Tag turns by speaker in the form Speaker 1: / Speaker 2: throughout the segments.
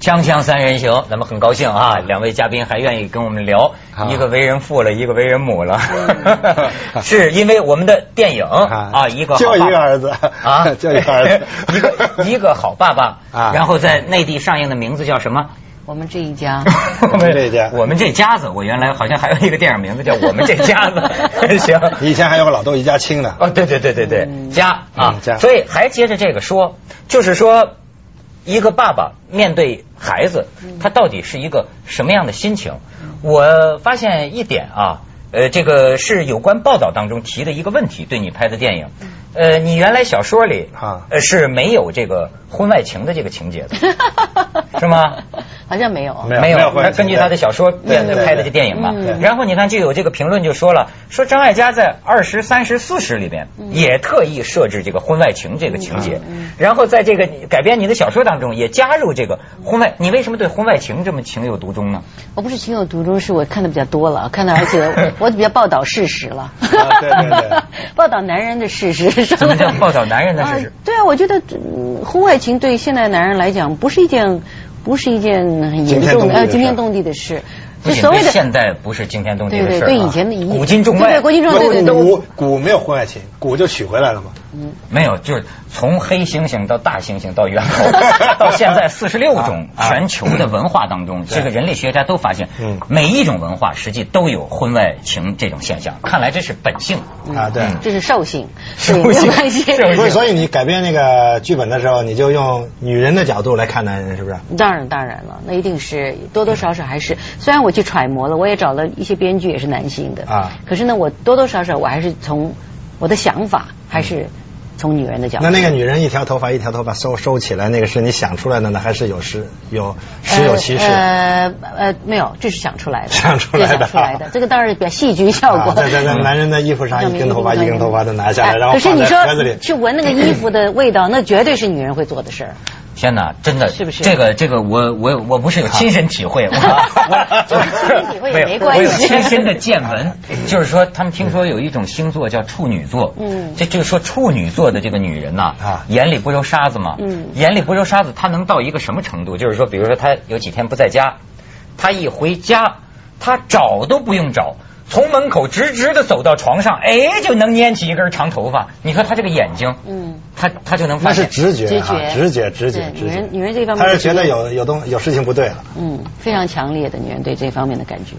Speaker 1: 锵锵三人行，咱们很高兴啊，两位嘉宾还愿意跟我们聊，
Speaker 2: 啊
Speaker 1: 一个为人父了，一个为人母了， 是因为我们的电影啊，一个好
Speaker 2: 就嗯一
Speaker 1: 爸
Speaker 2: 个儿子
Speaker 1: 啊，，
Speaker 2: 就一个儿子
Speaker 1: 一个一个好爸爸
Speaker 2: 啊
Speaker 1: 然后在内地上映的名字叫什么？
Speaker 3: 我们这一家
Speaker 2: 我们这家
Speaker 1: 我们这家子，我原来好像还有一个电影名字叫《我们这家子》， 行。
Speaker 2: 以前还有个老豆一家亲呢。
Speaker 1: 哦，对对对对对，
Speaker 3: 嗯
Speaker 1: 家啊、
Speaker 2: 嗯家
Speaker 1: 所以还接着这个说，就是说，一个爸爸面对孩子，他到底是一个什么样的心情？我发现一点啊，呃，这个是有关报道当中提的一个问题，对你拍的电影，呃，你原来小说里
Speaker 2: 啊
Speaker 1: 呃是没有这个婚外情的这个情节的， 是吗？
Speaker 3: 好像没有，
Speaker 2: 没有
Speaker 1: 啊有，
Speaker 2: 婚外
Speaker 1: 那
Speaker 2: 情
Speaker 1: 根据他的 小说
Speaker 2: 对
Speaker 1: 面
Speaker 2: 对
Speaker 1: 拍的
Speaker 2: 对
Speaker 1: 这电影嘛。
Speaker 3: 嗯对
Speaker 1: 然后你看，就有这个评论就说了，说张艾嘉在二十三十四十里边
Speaker 3: 嗯
Speaker 1: 也特意设置这个婚外情这个情节，然后在这个改编你的小说当中也加入这个婚外，你为什么对婚外情这么情有独钟呢？
Speaker 3: 我不是情有独钟，是我看的比较多了，看的而且 我比较报道事实了，
Speaker 2: 啊对对对
Speaker 3: 报道男人的事实。
Speaker 1: 怎么叫报道男人的事实
Speaker 3: 啊对啊，我觉得嗯婚外情对现代男人来讲不是一件不是一件很严重的呃
Speaker 2: 惊天
Speaker 3: 惊天
Speaker 2: 动
Speaker 3: 动地的事，
Speaker 1: 不
Speaker 3: 就
Speaker 1: 仅
Speaker 3: 所
Speaker 1: 对
Speaker 3: 谓的。
Speaker 1: 现代不是惊天动地
Speaker 3: 对
Speaker 1: 的
Speaker 3: 对
Speaker 1: 事儿啊，
Speaker 3: 对，以前的一
Speaker 1: 古今中外，
Speaker 3: 对对古今中外，对对对，
Speaker 2: 古古没有婚外情，古就娶回来了嘛。
Speaker 3: 嗯
Speaker 1: 没有，就是从黑猩猩到大猩猩到猿 猴，到现在四十六种
Speaker 2: 啊
Speaker 1: 全球的文化当中，这个人类学家都发现
Speaker 2: 嗯，
Speaker 1: 每一种文化实际都有婚外情这种现象。看来这是本性。
Speaker 2: 啊，对。
Speaker 1: 嗯
Speaker 3: 这是 兽性，
Speaker 1: 兽性
Speaker 3: 嗯对没有关系
Speaker 1: 兽性
Speaker 2: 不是，所以你改编那个剧本的时候，你就用女人的角度来看男人，是不是？
Speaker 3: 当然当然了，那一定是多多少少还是，虽然我去揣摩了，我也找了一些编剧也是男性的
Speaker 2: 啊
Speaker 3: 可是呢，我多多少少我还是从我的想法还是从女人的角
Speaker 2: 嗯
Speaker 3: 度。
Speaker 2: 那那个女人一条头发一条头发收收起来，那个是你想出来的呢，还是有时有时有其事？啊
Speaker 3: 呃呃呃没有，这是想出来的，
Speaker 2: 想出来的
Speaker 3: 这是想出来 的，这个当然比较戏剧效果。
Speaker 2: 啊
Speaker 3: 嗯
Speaker 2: 在在 在男人的衣服上一根头发一根头发的拿下来，
Speaker 3: 哎
Speaker 2: 然后
Speaker 3: 可是
Speaker 2: 放
Speaker 3: 你
Speaker 2: 在
Speaker 3: 说
Speaker 2: 盒子里。
Speaker 3: 去闻那个衣服的 味道，那绝对是女人会做的事儿。
Speaker 1: 天哪，真的
Speaker 3: 是不是
Speaker 1: 这个这个我我我不是有亲身体 会，我我
Speaker 3: 就是亲身体会也没关系
Speaker 1: 我有亲身的见闻，就是说他们听说有一种星座叫处女座，
Speaker 3: 嗯
Speaker 1: 这就是说处女座的这个女人呐、
Speaker 2: 啊
Speaker 1: 眼里不揉沙子嘛，
Speaker 3: 嗯
Speaker 1: 眼里不揉沙子，她能到一个什么程度？就是说，比如说她有几天不在家，她一回家，她找都不用找。从门口直直的走到床上，哎，就能拈起一根长头发。你说她这个眼睛，
Speaker 3: 嗯，
Speaker 1: 她她就能发
Speaker 2: 那是
Speaker 1: 现。
Speaker 2: 直觉
Speaker 3: 直
Speaker 2: 哈，
Speaker 3: 觉
Speaker 2: 直觉，直觉，
Speaker 3: 对
Speaker 2: 直
Speaker 3: 女
Speaker 2: 觉
Speaker 3: 人。女人这方面
Speaker 2: 他是
Speaker 3: 是
Speaker 2: 觉得
Speaker 3: 直觉
Speaker 2: 有有东有事情不 对了。
Speaker 3: 嗯，非常强烈的女人对这方面的感觉。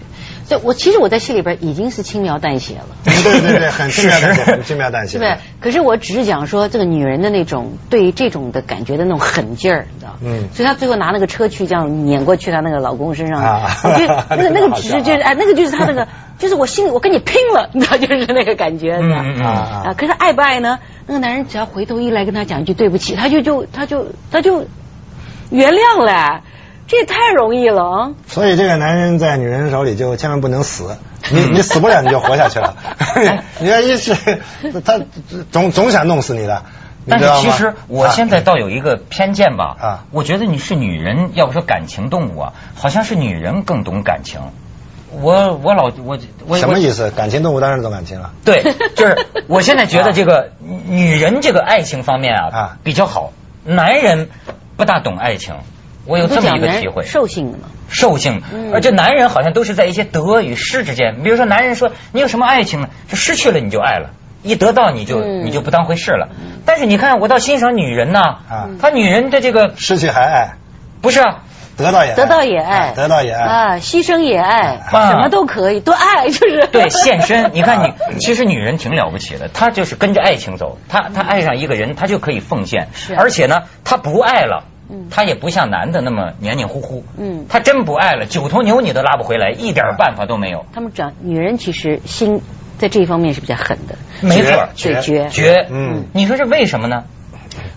Speaker 3: 所以我其实我在戏里边已经是轻描淡写了，
Speaker 2: 对对对， 很轻描淡写，很轻描淡
Speaker 3: 是
Speaker 2: 写。
Speaker 3: 不是？可是我只是讲说这个女人的那种对于这种的感觉的那种狠劲儿，你知道？
Speaker 2: 嗯
Speaker 3: 所以她最后拿那个车去这样碾过去她那个老公身上，
Speaker 2: 啊
Speaker 3: 我觉得那个那
Speaker 2: 好
Speaker 3: 个
Speaker 2: 笑啊
Speaker 3: 直觉，哎，那个就是她那个，就是我心里我跟你拼了，你知道，就是那个感觉，你知道？
Speaker 1: 嗯嗯嗯
Speaker 2: 啊
Speaker 3: 啊，可是爱不爱呢？那个男人只要回头一来跟他讲一句对不起，他就就他就他就原谅了，这也太容易了啊！
Speaker 2: 所以这个男人在女人手里就千万不能死， 你你死不了你就活下去了。
Speaker 3: 哎
Speaker 2: 你要一是他总总想弄死你的，你
Speaker 1: 但
Speaker 2: 知
Speaker 1: 是
Speaker 2: 道吗？
Speaker 1: 其实我现在倒有一个偏见吧，
Speaker 2: 啊
Speaker 1: 我觉得你是女人，要不说感情动物啊，好像是女人更懂感情。我我老我我
Speaker 2: 什么
Speaker 1: 思？
Speaker 2: 意思？感情动物当然懂感情了。
Speaker 1: 对，就是我现在觉得这个女人这个爱情方面啊
Speaker 2: 啊
Speaker 1: 比较好，男人不大懂爱情。我有这么一个体会，
Speaker 3: 兽性的嘛，
Speaker 1: 兽性
Speaker 3: 嗯，
Speaker 1: 而且男人好像都是在一些得与失之间。比如说，男人说你有什么爱情呢？就失去了你就爱了，一得到你就
Speaker 3: 嗯
Speaker 1: 你就不当回事了。但是你看，我倒欣赏女人呐
Speaker 2: 啊，
Speaker 1: 她女人的这个
Speaker 2: 失去还爱，
Speaker 1: 不是啊，
Speaker 2: 得到也爱
Speaker 3: 得到也哎爱
Speaker 2: 啊，得到也爱。
Speaker 3: 啊，牺牲也爱，
Speaker 1: 哎啊
Speaker 3: 什么都可以，都爱就是
Speaker 1: 对献 身。你看你，其实女人挺了不起的，她就是跟着爱情走，她她爱上一个人，她就可以奉献，
Speaker 3: 是
Speaker 1: 而且呢，她不爱了
Speaker 3: 嗯。
Speaker 1: 她也不像男的那么黏黏糊糊，
Speaker 3: 嗯
Speaker 1: 她真不爱了，九头牛你都拉不回来，一点办法都没有，
Speaker 3: 他们讲女人其实心在这一方面是比较狠的，
Speaker 1: 没错，
Speaker 2: 绝
Speaker 3: 对绝。
Speaker 1: 绝，嗯
Speaker 2: 嗯，
Speaker 1: 你说这为什么呢？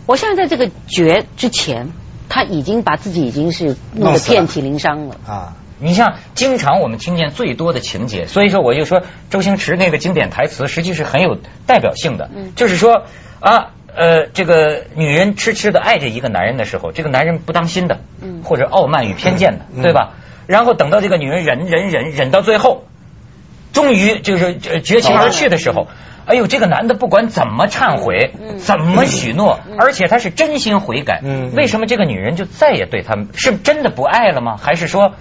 Speaker 3: 我相信在这个绝之前，他已经把自己已经是弄
Speaker 2: 弄
Speaker 3: 得
Speaker 2: 死了
Speaker 3: 遍体鳞伤了。
Speaker 2: 啊，
Speaker 1: 你像经常我们听见最多的情节，所以说我就说周星驰那个经典台词，实际是很有代表性的，
Speaker 3: 嗯
Speaker 1: 就是说啊。呃，这个女人痴痴的爱着一个男人的时候，这个男人不当心的，
Speaker 3: 嗯
Speaker 1: 或者傲慢与偏见的，
Speaker 2: 嗯
Speaker 1: 对吧？然后等到这个女人忍忍忍忍到最后，终于就是呃绝情而去的时候，哎呦，这个男的不管怎么忏悔，
Speaker 3: 嗯嗯嗯
Speaker 1: 怎么许诺，而且他是真心悔改，
Speaker 2: 嗯嗯
Speaker 1: 为什么这个女人就再也对他是真的不爱了吗？还是说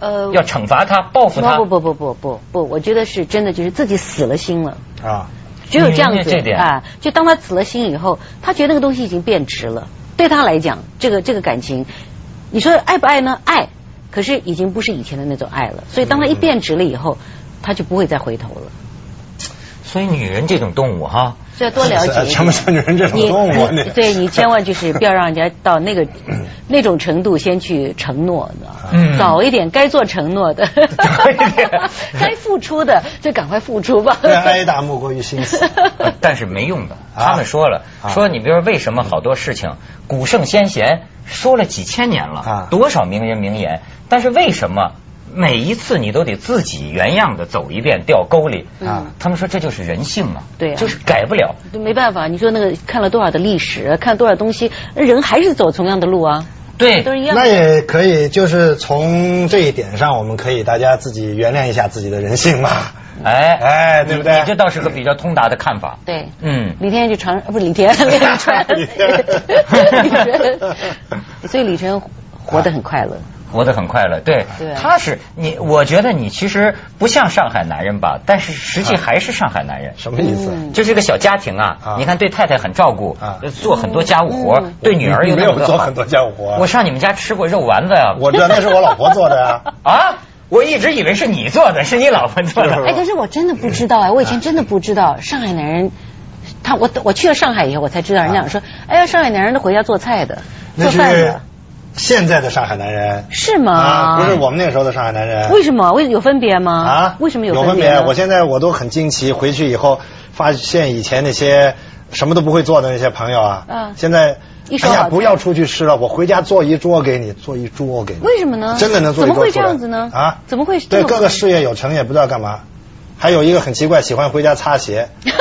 Speaker 3: 呃
Speaker 1: 要惩罚他、报复他？
Speaker 3: 不不不不不不，我觉得是真的，就是自己死了心了。
Speaker 2: 啊，
Speaker 3: 只有这样
Speaker 1: 你明白
Speaker 3: 子
Speaker 1: 这点
Speaker 3: 啊，就当他死了心以后，他觉得那个东西已经变质了。对他来讲，这个这个感情，你说爱不爱呢？爱，可是已经不是以前的那种爱了。所以当他一变质了以后，他就不会再回头了。
Speaker 1: 所以女人这种动物哈，
Speaker 3: 所以要多了解一
Speaker 2: 什么
Speaker 3: 点。
Speaker 2: 叫女人这种
Speaker 3: 你
Speaker 2: 动物？
Speaker 3: 你 对你千万就是不要让人家到 那个那种程度先去承诺的，
Speaker 1: 嗯
Speaker 3: 早一点该做承 诺的
Speaker 1: 一点，
Speaker 3: 该付出的就赶快付出吧。
Speaker 2: 愿挨打莫过于心死。
Speaker 1: 呃但是没用的。
Speaker 2: 啊
Speaker 1: 他们说了，
Speaker 2: 啊
Speaker 1: 说你比如说为什么好多事情，古圣先贤说了几千年了，
Speaker 2: 啊
Speaker 1: 多少名人名言，但是为什么每一次你都得自己原样的走一遍掉沟里？
Speaker 2: 啊
Speaker 1: 他们说这就是人性嘛，
Speaker 3: 对啊
Speaker 1: 就是改不了。
Speaker 3: 就没办法，你说那个看了多少的历史，看了多少东西，人还是走同样的路啊，
Speaker 1: 对
Speaker 3: 都， 是一样
Speaker 2: 那。也可以，就是从这一点上，我们可以大家自己原谅一下自己的人性嘛。
Speaker 1: 哎
Speaker 2: 哎对不对
Speaker 1: 你你这倒是个比较通达的看法。
Speaker 3: 对，
Speaker 1: 嗯，
Speaker 3: 李天就常不是李天， 李川，
Speaker 2: 李天
Speaker 3: 李晨，所以李晨活得很快乐。
Speaker 1: 活得很快乐，对，
Speaker 3: 对
Speaker 1: 他是你，我觉得你其实不像上海男人吧，但是实际还是上海男人。
Speaker 2: 什么意思？
Speaker 3: 嗯
Speaker 1: 就是一个小家庭啊，
Speaker 2: 啊
Speaker 1: 你看对太太很照顾，
Speaker 2: 啊
Speaker 1: 做很多家务活，
Speaker 3: 嗯
Speaker 1: 对女儿又
Speaker 2: 没
Speaker 1: 那
Speaker 2: 有
Speaker 1: 么多
Speaker 2: 做
Speaker 1: 好
Speaker 2: 很多家务活啊
Speaker 1: 我上你们家吃过肉丸子呀、
Speaker 2: 我知道那是我老婆做的 啊。
Speaker 1: 啊，我一直以为是你做的，是你老婆 做
Speaker 2: 是
Speaker 1: 的。
Speaker 3: 哎，可是我真的不知道哎，我以前真的不知道上海男人，他我我去了上海以后，我才知道人家说，哎呀，上海男人都回家做菜的，
Speaker 2: 那
Speaker 3: 做饭
Speaker 2: 是
Speaker 3: 的，
Speaker 2: 现在的上海男人
Speaker 3: 啊是吗？
Speaker 2: 啊，不是我们那个时候的上海男人。
Speaker 3: 为什么？为有分别吗？
Speaker 2: 啊？
Speaker 3: 为什么有
Speaker 2: 有
Speaker 3: 分
Speaker 2: 分
Speaker 3: 别
Speaker 2: 别？
Speaker 3: 呢？
Speaker 2: 我现在我都很惊奇，回去以后发现以前那些什么都不会做的那些朋友啊，
Speaker 3: 嗯
Speaker 2: 现在
Speaker 3: 一手
Speaker 2: 哎
Speaker 3: 好
Speaker 2: 呀
Speaker 3: 菜
Speaker 2: 不要出去吃了，我回家做一桌给你，做一桌给你。
Speaker 3: 为什么呢
Speaker 2: 真的能做一桌
Speaker 3: 怎么会
Speaker 2: 出来
Speaker 3: 这样子呢
Speaker 2: 啊？
Speaker 3: 怎么会这
Speaker 2: 对
Speaker 3: 种
Speaker 2: 各个事业有成也不知道干嘛。还有一个很奇怪，喜欢回家擦鞋。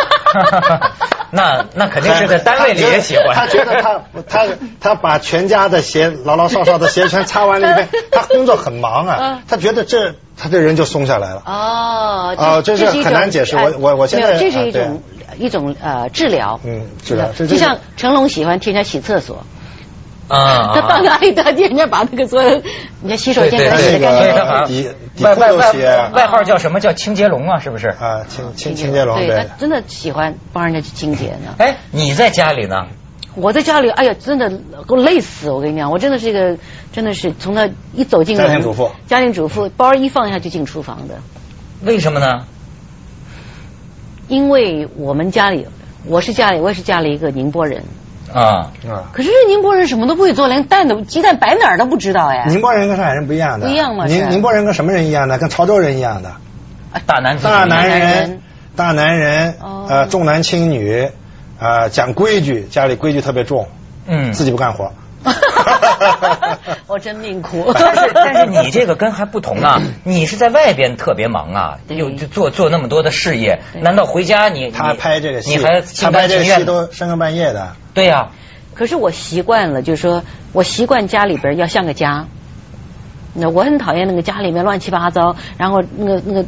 Speaker 1: 那那肯定是在单位里也喜欢。
Speaker 2: 他 觉得他他他把全家的鞋老老少少的鞋全擦完了一遍，他工作很忙啊
Speaker 3: 嗯，
Speaker 2: 他觉得这他这人就松下来了。
Speaker 3: 哦，
Speaker 2: 啊这是
Speaker 3: 一
Speaker 2: 很
Speaker 3: 种
Speaker 2: 难解释
Speaker 3: 哎
Speaker 2: 我我我现在
Speaker 3: 没有这是
Speaker 2: 啊
Speaker 3: 一种、一种呃治疗，
Speaker 2: 嗯治疗这
Speaker 3: 就
Speaker 2: 这
Speaker 3: 像成龙喜欢替人家洗厕所，
Speaker 1: 啊
Speaker 3: 他到哪里他替人家把那个所有人家洗手间
Speaker 1: 对对
Speaker 3: 给他
Speaker 1: 对
Speaker 3: 洗
Speaker 2: 那
Speaker 3: 的
Speaker 1: 所
Speaker 2: 个
Speaker 3: 干
Speaker 1: 以
Speaker 3: 净
Speaker 1: 他好像
Speaker 2: 底底
Speaker 1: 外
Speaker 2: 裤
Speaker 1: 外
Speaker 2: 都
Speaker 1: 外
Speaker 2: 洗啊
Speaker 1: 外号叫什么叫清洁龙啊？是不是？
Speaker 2: 啊，清清清洁龙
Speaker 3: 对
Speaker 2: 对
Speaker 3: 他。真的喜欢帮人家去清洁呢。
Speaker 1: 哎，你在家里呢？
Speaker 3: 我在家里，哎呀，真的给我累死！我跟你讲，我真的是一个，真的是从他一走进门，
Speaker 2: 家庭主妇
Speaker 3: 家庭主妇包一放下就进厨房的，
Speaker 1: 为什么呢？
Speaker 3: 因为我们家里，我是家里，我也是家里一个宁波人，
Speaker 1: 啊，
Speaker 2: 啊，
Speaker 3: 可是这宁波人什么都不会做，连蛋都鸡蛋摆哪儿都不知道哎。
Speaker 2: 宁波人跟上海人不一样的，
Speaker 3: 不一样吗是
Speaker 2: 宁宁波人跟什么人一样呢？跟潮州人一样的，
Speaker 3: 啊
Speaker 1: 大男子主义
Speaker 2: 大男
Speaker 3: 男
Speaker 2: 人
Speaker 3: 人，
Speaker 2: 大男人，
Speaker 3: 哦
Speaker 2: 呃，重男轻女，啊，讲规矩，家里规矩特别重，
Speaker 1: 嗯，
Speaker 2: 自己不干 活。
Speaker 3: 我真命苦。
Speaker 1: 但是但是你这个跟还不同啊， 你是在外边特别忙啊，
Speaker 3: 对
Speaker 1: 又就做做那么多的事业，
Speaker 3: 对
Speaker 1: 难道回家你
Speaker 2: 他
Speaker 1: 你
Speaker 2: 拍这个戏，
Speaker 1: 你还
Speaker 2: 他
Speaker 1: 心
Speaker 2: 拍
Speaker 1: 甘
Speaker 2: 这个
Speaker 1: 情
Speaker 2: 戏
Speaker 1: 愿？
Speaker 2: 都深更半夜的。
Speaker 1: 对呀、
Speaker 3: 可是我习惯了，就是说我习惯家里边要像个家。那我很讨厌那个家里面乱七八糟，然后那个那个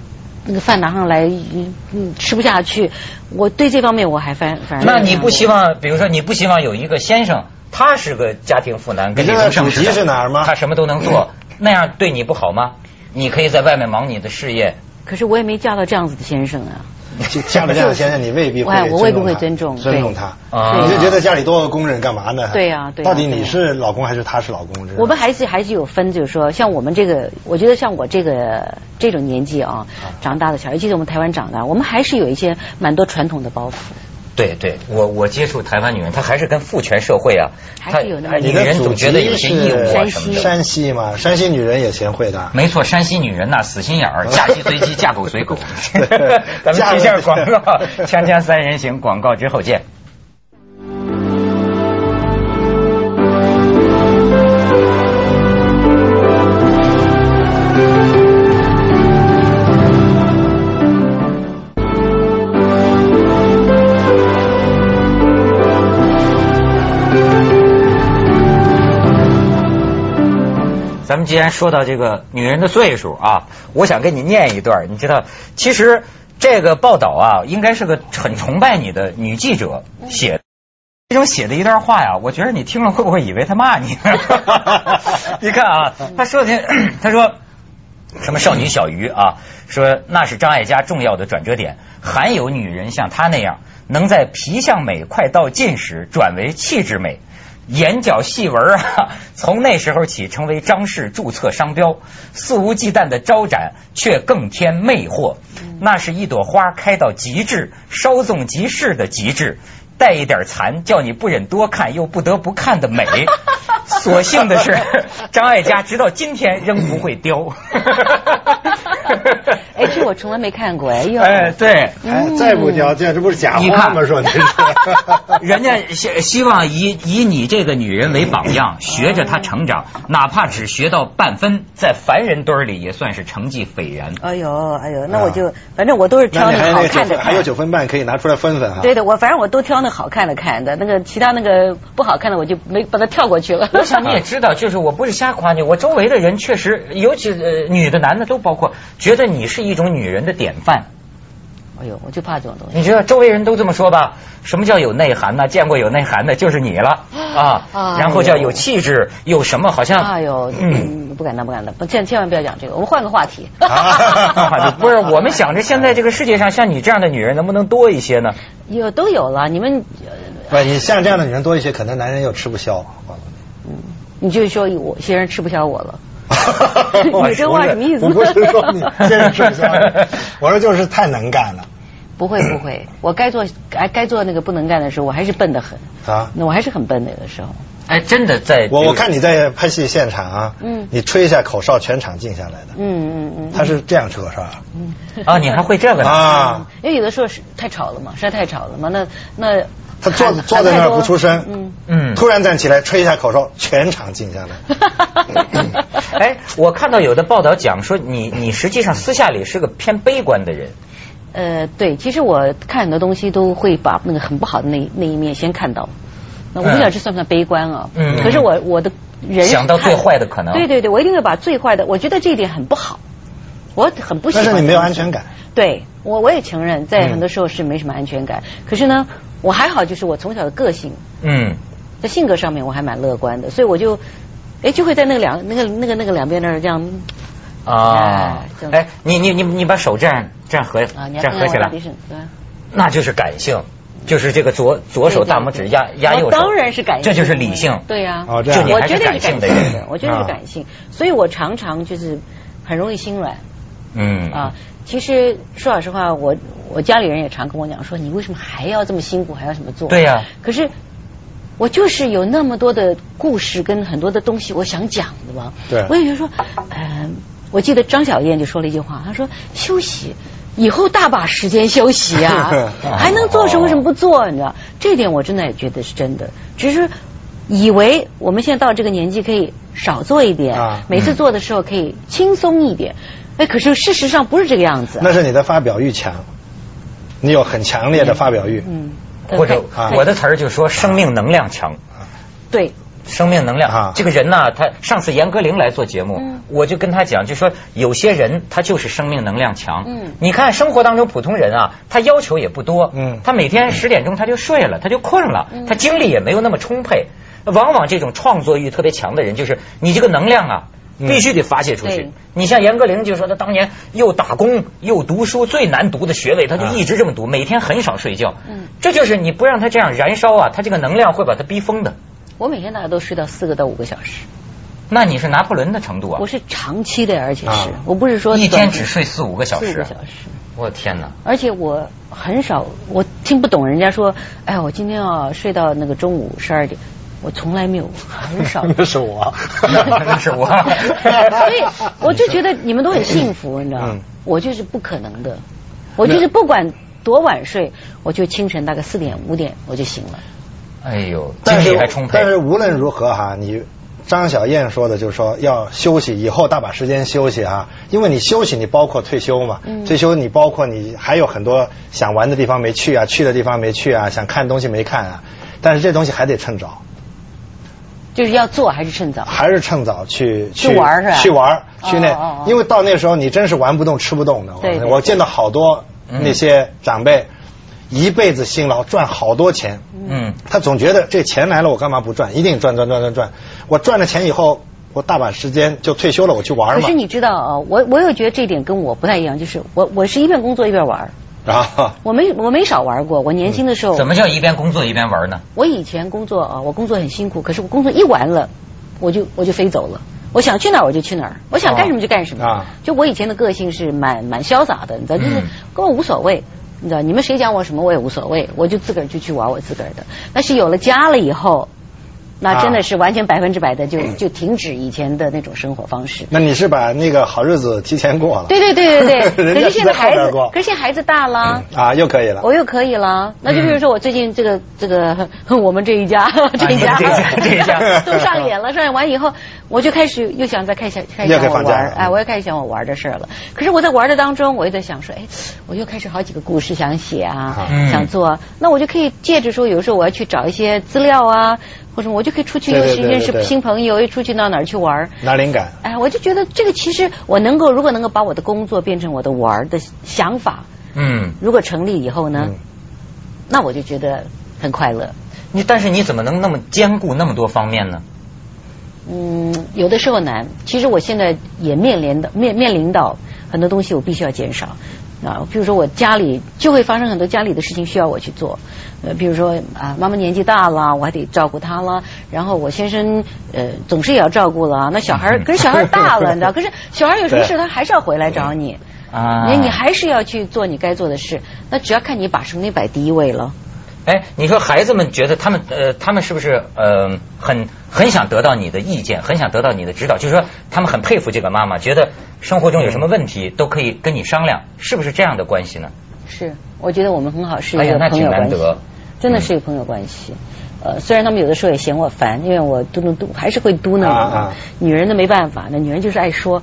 Speaker 3: 那个饭拿上来，嗯嗯吃不下去。我对这方面我还反反而
Speaker 1: 那你不希
Speaker 3: 希望
Speaker 1: 望，比如说你不希望有一个先生，他是个家庭妇男，跟
Speaker 2: 你知
Speaker 1: 李
Speaker 2: 道
Speaker 1: 宗盛似
Speaker 2: 主
Speaker 1: 的
Speaker 2: 题是哪儿吗嗯
Speaker 1: 他什么都能做，那样对你不好吗？你可以在外面忙你的事业，
Speaker 3: 可是我也没嫁到这样子的先生啊。
Speaker 2: 就家里这样的先生，你未必会
Speaker 3: 哎我未必会
Speaker 2: 尊重他尊
Speaker 3: 尊重
Speaker 2: 重他
Speaker 1: 对啊。
Speaker 2: 你就觉得家里多个工人干嘛呢？
Speaker 3: 对呀对呀
Speaker 2: 到
Speaker 3: 啊
Speaker 2: 底你是老公还是他是老公？这
Speaker 3: 我们还是还是有分，就是说，像我们这个，我觉得像我这个这种年纪啊，长大的小孩，尤其是我们台湾长大，我们还是有一些蛮多传统的包袱。
Speaker 1: 对对，我我接触台湾女人，她还是跟父权社会啊，她
Speaker 3: 还是有那么
Speaker 1: 女
Speaker 2: 你的
Speaker 1: 人
Speaker 2: 祖
Speaker 1: 总觉得有些义务啊
Speaker 2: 山
Speaker 1: 什么
Speaker 2: 西，
Speaker 1: 的。
Speaker 2: 山西嘛，山西女人也贤惠的。
Speaker 1: 没错，山西女人呐、死心眼 儿，嫁鸡随鸡，嫁狗随狗
Speaker 2: 对。
Speaker 1: 咱们接一下广告，
Speaker 2: 嫁
Speaker 1: 《锵锵三人行》广告之后见。咱们既然说到这个女人的岁数啊，我想跟你念一段儿。你知道，其实这个报道啊，应该是个很崇拜你的女记者写的。这种写的一段话呀，我觉得你听了会不会以为他骂你？ 你看啊，他说的，他说什么少女小鱼啊，说那是张艾嘉重要的转折点，罕有女人像她那样，能在皮相美快到尽时转为气质美。眼角细纹啊， 从那时候起成为张氏注册商标，肆无忌惮的招展，却更添魅惑。那是一朵花开到极致，稍纵即逝的极致，带一点残，叫你不忍多看又不得不看的 美。所幸的是，张艾嘉直到今天仍不会凋。
Speaker 3: 哎，这我从来没看过哎 呦。
Speaker 1: 哎，对。
Speaker 2: 哎，再不掉，这这不是假
Speaker 1: 你
Speaker 2: 话
Speaker 1: 看
Speaker 3: 嗯
Speaker 2: 吗？说 你是，
Speaker 1: 人家希希望以以你这个女人为榜样，学着她成长，哪怕只学到半分，在凡人堆儿里也算是成绩斐然。
Speaker 3: 哎呦哎呦，那我就反正我都是
Speaker 2: 那
Speaker 3: 挑
Speaker 2: 你
Speaker 3: 那
Speaker 2: 还有
Speaker 3: 好
Speaker 2: 那九
Speaker 3: 看的
Speaker 2: 分，还有
Speaker 3: 看。
Speaker 2: 九分半可以拿出来分分哈。
Speaker 3: 对的，我反正我都挑那好看的看的，那个其他那个不好看的我就没把它跳过去了。
Speaker 1: 我想你也知道，就是我不是瞎夸你， 我周围的人确实，尤其呃女的、男的都包括，觉得你是一种女人的典范。
Speaker 3: 哎呦，我就怕这种东西。
Speaker 1: 你知道周围人都这么说吧？什么叫有内涵呢？见过有内涵的就是你了啊
Speaker 3: 哎！呦
Speaker 1: 然后叫有气质，有什么好像
Speaker 3: 哎呦，
Speaker 1: 嗯。
Speaker 3: 嗯，不敢当，不敢当，不，千千万不要讲这个，我们换个话题。
Speaker 1: 啊 不是，我们想着现在这个世界上像你这样的女人能不能多一些呢？
Speaker 3: 有都有了，你们，呃
Speaker 2: 不，你像这样的女人多一些，可能男人又吃不消。
Speaker 3: 你就说我先生吃不消我了。你这
Speaker 2: 我
Speaker 3: 话
Speaker 2: 是
Speaker 3: 什么意思？
Speaker 2: 我不是说你先吃不消， 我说就是太能干了
Speaker 3: 不会不会，我该做该该做那个不能干的时候，我还是笨得很。
Speaker 2: 啊！
Speaker 3: 那我还是很笨的，有的时候。
Speaker 1: 哎，真的在
Speaker 2: 我我看你在拍戏现场啊，
Speaker 3: 嗯
Speaker 2: 你吹一下口哨，全场静下来的，
Speaker 3: 嗯嗯嗯。
Speaker 2: 他是这样吹口哨啊
Speaker 1: 啊，你还会这个呢？
Speaker 2: 啊，
Speaker 3: 嗯因为有的时候是太吵了嘛，实在太吵了嘛，那那
Speaker 2: 他坐
Speaker 3: 喊
Speaker 2: 坐在那
Speaker 3: 喊太
Speaker 2: 儿
Speaker 3: 多
Speaker 2: 不出声，
Speaker 3: 嗯，
Speaker 1: 嗯
Speaker 2: 突然站起来吹一下口哨，全场静下来。
Speaker 1: 哎，我看到有的报道讲说你你实际上私下里是个偏悲观的人，
Speaker 3: 呃，对，其实我看很多东西都会把那个很不好的那那一面先看到。那我不
Speaker 1: 嗯
Speaker 3: 知道这算不算悲观啊？
Speaker 1: 嗯
Speaker 3: 可是我我的人
Speaker 1: 想到最
Speaker 3: 看
Speaker 1: 坏的可能
Speaker 3: 对对对，我一定会把最坏的，我觉得这一点很不好，我很 不喜
Speaker 2: 但
Speaker 3: 欢。
Speaker 2: 是你没有安全感。
Speaker 3: 对我我也承认，在
Speaker 2: 嗯
Speaker 3: 很多时候是没什么安全感。可是呢，我还好，就是我从小的个性，
Speaker 1: 嗯，
Speaker 3: 在性格上面我还蛮乐观的，所以我就，哎，就会在那个两那个那个那个两边那儿这样
Speaker 1: 啊
Speaker 3: 哎就，
Speaker 1: 哎，你你你你把手这样这样合这
Speaker 3: 啊，你要
Speaker 1: 样
Speaker 3: 看
Speaker 1: 合
Speaker 3: 看
Speaker 1: 起
Speaker 3: 我
Speaker 1: 来
Speaker 3: 到，底是对吧
Speaker 1: 那就是感性，就是这个左左手大拇指压压右
Speaker 3: 我
Speaker 1: 手，
Speaker 3: 当然是感
Speaker 1: 这
Speaker 3: 性，
Speaker 1: 就是理性，
Speaker 3: 对呀、
Speaker 2: 哦这样
Speaker 1: 就你
Speaker 3: 我
Speaker 1: 还是
Speaker 3: 绝对
Speaker 1: 感
Speaker 3: 是
Speaker 1: 性
Speaker 3: 感
Speaker 1: 的
Speaker 3: 性的
Speaker 1: 人，，
Speaker 3: 我绝对是
Speaker 2: 啊
Speaker 3: 感性，所以我常常就是很容易心软
Speaker 1: 嗯
Speaker 3: 啊。其实说老实话，我我家里人也常跟我讲说，你为什么还要这么辛苦，还要什么做？
Speaker 1: 对呀，
Speaker 3: 可是我就是有那么多的故事跟很多的东西，我想讲的嘛。
Speaker 2: 对
Speaker 3: 我也就说，呃，我记得张小燕就说了一句话，她说休息。以后大把时间休息啊还能做什么什么不做？你知道，这点我真的也觉得是真的。只是以为我们现在到这个年纪可以少做一点，
Speaker 2: 啊
Speaker 3: 每
Speaker 1: 嗯
Speaker 3: 次做的时候可以轻松一点。哎，可是事实上不是这个样子。啊
Speaker 2: 那是你的发表欲强，你有很强烈的发表欲。
Speaker 3: 嗯，
Speaker 1: 或者
Speaker 2: 啊
Speaker 1: 我的词儿就说生命能量强。
Speaker 3: 对，
Speaker 1: 生命能量。
Speaker 2: 啊
Speaker 1: 这个人呢、他上次严歌苓来做节目，
Speaker 3: 嗯
Speaker 1: 我就跟他讲，就说有些人他就是生命能量强。
Speaker 3: 嗯
Speaker 1: 你看生活当中普通人啊，他要求也不多。
Speaker 2: 嗯
Speaker 1: 他每天十点钟他就睡了，他就困了，
Speaker 3: 嗯
Speaker 1: 他精力也没有那么充沛。往往这种创作欲特别强的人，就是你这个能量啊。
Speaker 2: 嗯
Speaker 1: 必须得发泄出去
Speaker 3: 对。
Speaker 1: 你像严歌苓就说，他当年又打工又读书，最难读的
Speaker 2: 啊
Speaker 1: 学位，他就一直这么读，每天很少睡觉。
Speaker 3: 嗯
Speaker 1: 这就是你不让他这样燃烧啊，他这个能量会把他逼疯的。
Speaker 3: 我每天大概都睡到四个到五个小时，
Speaker 1: 那你是拿破仑的程度啊
Speaker 3: 我？是长期的，而且是、
Speaker 2: 啊
Speaker 3: 我不是说
Speaker 1: 一
Speaker 3: 短
Speaker 1: 天只睡四五个小时啊
Speaker 3: 四五个小时。
Speaker 1: 我的天哪！，
Speaker 3: 而且我很少，我听不懂人家说，哎，我今天啊睡到那个中午十二点，我从来没有，很少
Speaker 2: 。那是 我
Speaker 1: 那是 我
Speaker 3: 所以我就觉得你们都很幸福，你知道吗
Speaker 2: 嗯？
Speaker 3: 我就是不可能的，我就是不管多晚睡，我就清晨大概四点五点我就醒了。
Speaker 1: 哎呦，精
Speaker 2: 但是
Speaker 1: 力还充沛
Speaker 2: 但。是无论如何哈，你张小燕说的就是说要休息，以后大把时间休息哈，因为你休息，你包括退休嘛，
Speaker 3: 嗯
Speaker 2: 退休你包括你还有很多想玩的地方没去啊，去的地方没去啊，想看东西没看啊，但是这东西还得趁早，
Speaker 3: 就是要做还是趁早。
Speaker 2: 还是趁早去
Speaker 3: 去玩儿是吧
Speaker 2: 去玩儿
Speaker 3: 哦
Speaker 2: 去那，
Speaker 3: 哦哦
Speaker 2: 因为到那时候你真是玩不动吃不动的。我
Speaker 3: 对对
Speaker 2: 我见到好多
Speaker 1: 嗯
Speaker 2: 那些长辈一辈子辛劳赚好多钱，
Speaker 1: 嗯
Speaker 2: 他总觉得这钱来了我干嘛不赚？一定赚赚赚赚赚！我赚了钱以后，我大把时间就退休了，我去玩
Speaker 3: 可
Speaker 2: 嘛
Speaker 3: 是。你知道啊，我我又觉得这点跟我不太一样，就是我我是一边工作一边玩儿，
Speaker 2: 啊，
Speaker 3: 我没我没少玩过。我年轻的时候，
Speaker 1: 怎么叫一边工作一边玩呢？
Speaker 3: 我以前工作啊，我工作很辛苦，可是我工作一完了，我就我就飞走了。我想去哪儿我就去哪儿，我想干什么就干什么。
Speaker 2: 啊
Speaker 3: 就我以前的个性是蛮蛮潇洒的，你知道，就是
Speaker 1: 嗯
Speaker 3: 跟我无所谓。你知道，你们谁讲我什么我也无所谓，我就自个儿就去玩我自个儿的。但是有了家了以后，那真的是完全百分之百的就、
Speaker 2: 啊
Speaker 3: 就停止以前的那种生活方 式。
Speaker 2: 那你是把那个好日子提前过了？
Speaker 3: 对对对对对，
Speaker 2: 人
Speaker 3: 可
Speaker 2: 家
Speaker 3: 是现在
Speaker 2: 在后
Speaker 3: 孩
Speaker 2: 边
Speaker 3: 子，
Speaker 2: 过
Speaker 3: 可是现在孩子大了。
Speaker 2: 啊，又可以了。
Speaker 3: 我又可以了，那就比如说我最近这个这个我们这一家
Speaker 2: 啊
Speaker 3: 这一家
Speaker 1: 这一家这一家
Speaker 3: 都上演了，上演完以后，我就开始又想再开始开始
Speaker 2: 又可以
Speaker 3: 想我
Speaker 2: 放假
Speaker 3: 玩，
Speaker 2: 了
Speaker 3: 哎，我又开始想我玩的事儿了。可是我在玩的当中，我又在想说，哎，我又开始好几个故事想写啊，
Speaker 1: 嗯
Speaker 3: 想做啊，那我就可以借着说，有时候我要去找一些资料啊，或者我就可以出去
Speaker 2: 对
Speaker 3: 又
Speaker 2: 对
Speaker 3: 是
Speaker 2: 对
Speaker 3: 认
Speaker 2: 对
Speaker 3: 识
Speaker 2: 对
Speaker 3: 新朋友，又出去到哪儿去玩儿。
Speaker 2: 拿灵感。
Speaker 3: 哎，我就觉得这个其实我能够，如果能够把我的工作变成我的玩儿的想法，
Speaker 1: 嗯，
Speaker 3: 如果成立以后呢，
Speaker 2: 嗯
Speaker 3: 那我就觉得很快乐。
Speaker 1: 你但是你怎么能那么兼顾那么多方面呢？
Speaker 3: 嗯，有的时候难。其实我现在也面临的面面临到很多东西，我必须要减少。啊，比如说我家里就会发生很多家里的事情需要我去做，呃，比如说啊，妈妈年纪大了，我还得照顾她了，然后我先生呃总是也要照顾了，那小孩儿
Speaker 1: 嗯
Speaker 3: 可是小孩儿大了，你知道，可是小孩儿有什么事
Speaker 2: 对
Speaker 3: 他还是要回来找你，
Speaker 1: 啊，
Speaker 3: 哎那你还是要去做你该做的事，那只要看你把什么东西摆第一位了。
Speaker 1: 哎，你说孩子们觉得他们呃，他们是不是呃很很想得到你的意见，很想得到你的指导？就是说他们很佩服这个妈妈，觉得生活中有什么问题都可以跟你商量，是不是这样的关系呢？
Speaker 3: 是，我觉得我们很好，是一
Speaker 1: 哎呀
Speaker 3: 个
Speaker 1: 那
Speaker 3: 朋
Speaker 1: 挺
Speaker 3: 友
Speaker 1: 难
Speaker 3: 关系，
Speaker 1: 得
Speaker 3: 真的是一个朋友关系。呃，虽然他们有的时候也嫌我烦，因为我嘟嘟嘟还是会嘟囔
Speaker 2: 啊
Speaker 3: 嘛
Speaker 2: 啊
Speaker 3: 女人的没办法，那女人就是爱说，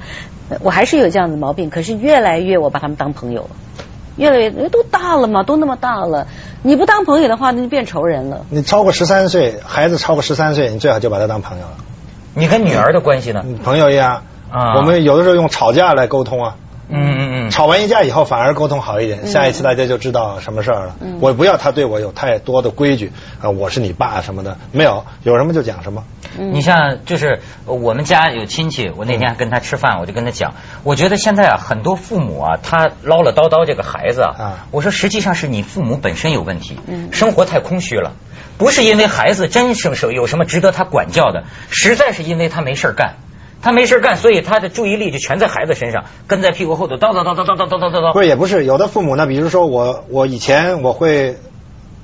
Speaker 3: 呃我还是有这样的毛病。可是越来越我把他们当朋友了，越来越因为都大了嘛，都那么大了，你不当朋友的话，那就变仇人了。
Speaker 2: 你超过十三岁，孩子超过十三岁，你最好就把他当朋友了，
Speaker 1: 你跟女儿的关系呢？
Speaker 2: 嗯朋友一样。
Speaker 1: 啊
Speaker 2: 我们有的时候用吵架来沟通啊，
Speaker 1: 嗯嗯嗯，
Speaker 2: 吵完一架以后反而沟通好一点，下一次大家就知道什么事儿了。
Speaker 3: 嗯
Speaker 2: 我不要他对我有太多的规矩啊、我是你爸什么的，没有，有什么就讲什么。
Speaker 3: 嗯
Speaker 1: 你像就是呃我们家有亲戚，我那天还跟他吃饭，我就跟他讲，我觉得现在啊很多父母啊，他唠唠叨叨这个孩子啊
Speaker 2: 啊，
Speaker 1: 我说实际上是你父母本身有问题，
Speaker 3: 嗯
Speaker 1: 生活太空虚了，不是因为孩子真是是有什么值得他管教的，实在是因为他没事儿干。他没事儿干，所以他的注意力就全在孩子身上，跟在屁股后头叨叨叨叨叨叨叨叨叨
Speaker 2: 不
Speaker 1: 叨。
Speaker 2: 是，也不是，有的父母呢，比如说我，我以前我会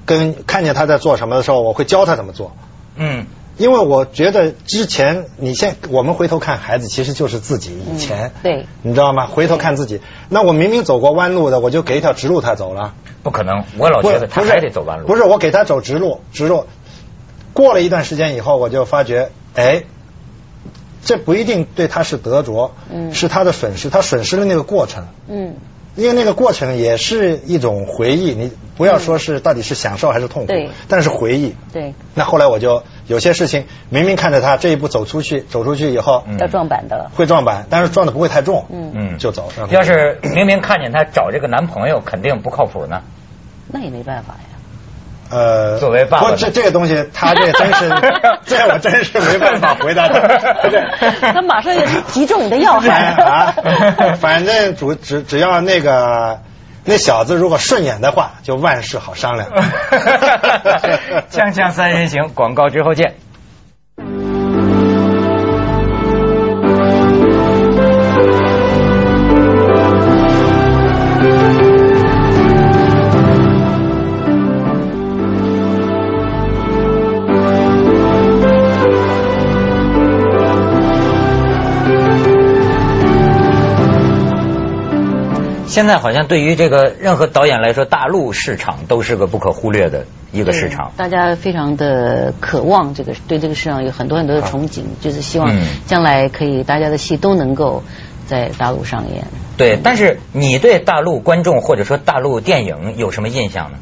Speaker 2: 跟看见他在做什么的时候，我会教他怎么做，
Speaker 1: 嗯，
Speaker 2: 因为我觉得之前你现我们回头看孩子，其实就是自己以前，
Speaker 3: 嗯对
Speaker 2: 你知道吗？回头看自己，那我明明走过弯路的，我就给一条直路他走了，
Speaker 1: 不可能，我老
Speaker 2: 不
Speaker 1: 觉
Speaker 2: 是
Speaker 1: 得他
Speaker 2: 不是
Speaker 1: 还得走弯路。
Speaker 2: 不是，我给他走直路，直路。过了一段时间以后，我就发觉，哎，这不一定对他是得着，
Speaker 3: 嗯
Speaker 2: 是他的损失，他损失了那个过程。
Speaker 3: 嗯，
Speaker 2: 因为那个过程也是一种回忆，你不要说是到底是享受还是痛苦
Speaker 3: 嗯对，
Speaker 2: 但是回忆。
Speaker 3: 对，
Speaker 2: 那后来我就有些事情，明明看着他这一步走出去，走出去以后、
Speaker 1: 嗯
Speaker 3: 要撞板的了。
Speaker 2: 会撞板，但是撞的不会太重，
Speaker 3: 嗯
Speaker 1: 嗯
Speaker 2: 就走。让他
Speaker 1: 要是明明看见他找这个男朋友，肯定不靠谱呢。
Speaker 3: 那也没办法呀。
Speaker 2: 呃，
Speaker 1: 作为爸爸。
Speaker 2: 不这这个东西，他这真是，这我真是没办法回答他。对
Speaker 3: 他马上就击中你的要害
Speaker 2: 啊，反正主只只要那个那小子如果顺眼的话，就万事好商量
Speaker 1: 锵锵三人行，广告之后见。现在好像对于这个任何导演来说，大陆市场都是个不可忽略的一个市场
Speaker 3: 对。大家非常的渴望这个对这个市场有很多很多的憧憬，就是希望
Speaker 1: 嗯
Speaker 3: 将来可以大家的戏都能够在大陆上演。
Speaker 1: 对，但是你对大陆观众或者说大陆电影有什么印象呢？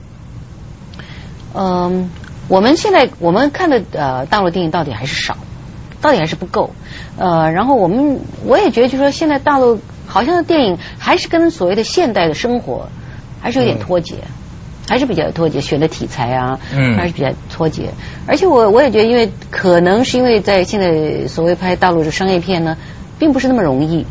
Speaker 3: 嗯，我们现在我们看的呃大陆电影到底还是少，到底还是不够。呃，然后我们我也觉得，就是说现在大陆好像电影还是跟所谓的现代的生活。还是有点脱节。还是比较脱节，选的题材啊，
Speaker 1: 嗯
Speaker 3: 还是比较脱节。而且我我也觉得，因为可能是因为在现在所谓拍大陆的商业片呢，并不是那么容易，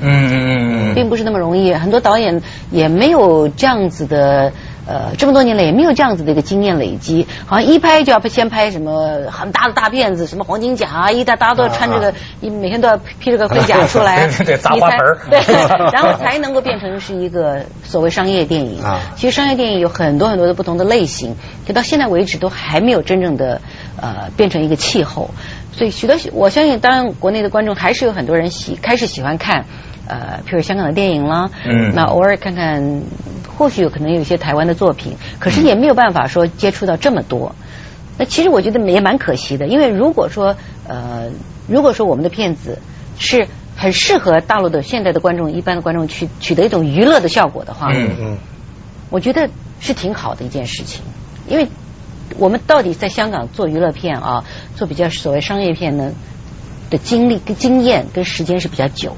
Speaker 1: 嗯嗯嗯
Speaker 3: 并不是那么容易。很多导演也没有这样子的，呃，这么多年来也没有这样子的一个经验累积，好像一拍就要先拍什么很大的大片子，什么黄金甲啊，一大大家都要穿这个，
Speaker 2: 啊
Speaker 3: 一每天都要披着个盔甲出来，
Speaker 1: 对对对砸
Speaker 3: 你
Speaker 1: 花
Speaker 3: 才
Speaker 1: 盆儿
Speaker 3: 对， 然后才能够变成是一个所谓商业电影。
Speaker 2: 啊
Speaker 3: 其实商业电影有很多很多的不同的类型，可到现在为止都还没有真正的呃变成一个气候。所以许多我相信，当然国内的观众还是有很多人喜开始喜欢看。呃，譬如香港的电影啦，
Speaker 1: 嗯
Speaker 3: 那偶尔看看，或许有可能有一些台湾的作品，可是也没有办法说接触到这么多。那其实我觉得也蛮可惜的，因为如果说呃，如果说我们的片子是很适合大陆的现在的观众、一般的观众去取得一种娱乐的效果的话，
Speaker 1: 嗯
Speaker 2: 嗯，
Speaker 3: 我觉得是挺好的一件事情，因为我们到底在香港做娱乐片啊，做比较所谓商业片呢的经历、跟经验跟时间是比较久，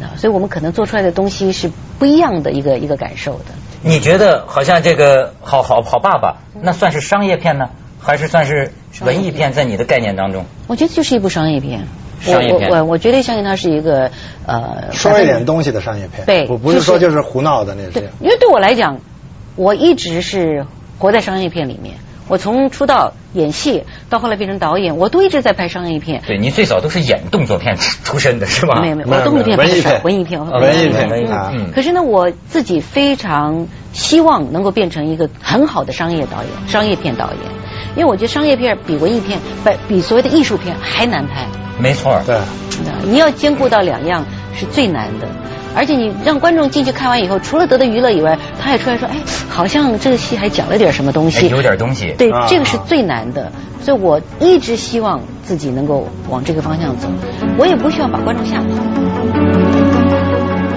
Speaker 3: 啊，所以我们可能做出来的东西是不一样的一个一个感受的。
Speaker 1: 你觉得好像这个好好好爸爸，那算是商业片呢，还是算是文艺片？在你的概念当中，
Speaker 3: 我觉得就是一部商业片，
Speaker 1: 商业片
Speaker 3: 我我我我绝对相信它是一个呃，
Speaker 2: 说一点东西的商业片，
Speaker 3: 对
Speaker 2: 不不是
Speaker 3: 就是
Speaker 2: 说就是胡闹的那
Speaker 3: 对
Speaker 2: 些，，
Speaker 3: 因为对我来讲，我一直是活在商业片里面。我从出道演戏到后来变成导演，我都一直在拍商业片。
Speaker 1: 对你最早都是演动作片出身的是吧？
Speaker 3: 没有没有，
Speaker 2: 啊没有
Speaker 3: 我动作片不
Speaker 2: 没有
Speaker 3: 是少
Speaker 2: 文
Speaker 3: 文
Speaker 2: 艺
Speaker 3: 艺
Speaker 2: 片
Speaker 3: 片，
Speaker 1: 啊
Speaker 2: 文艺片
Speaker 1: 文艺
Speaker 2: 啊
Speaker 1: 嗯
Speaker 3: 可是呢，我自己非常希望能够变成一个很好的商业导演，商业片导演，因为我觉得商业片比文艺片不比所谓的艺术片还难拍。
Speaker 1: 没错儿，
Speaker 2: 对，
Speaker 3: 那你要兼顾到两样是最难的，而且你让观众进去看完以后，除了得到娱乐以外，他也出来说，哎，好像这个戏还讲了点什么东
Speaker 1: 哎
Speaker 3: 西。
Speaker 1: 有点东西。
Speaker 3: 对
Speaker 2: 啊，
Speaker 3: 这个是最难的，所以我一直希望自己能够往这个方向走，我也不希望把观众吓跑。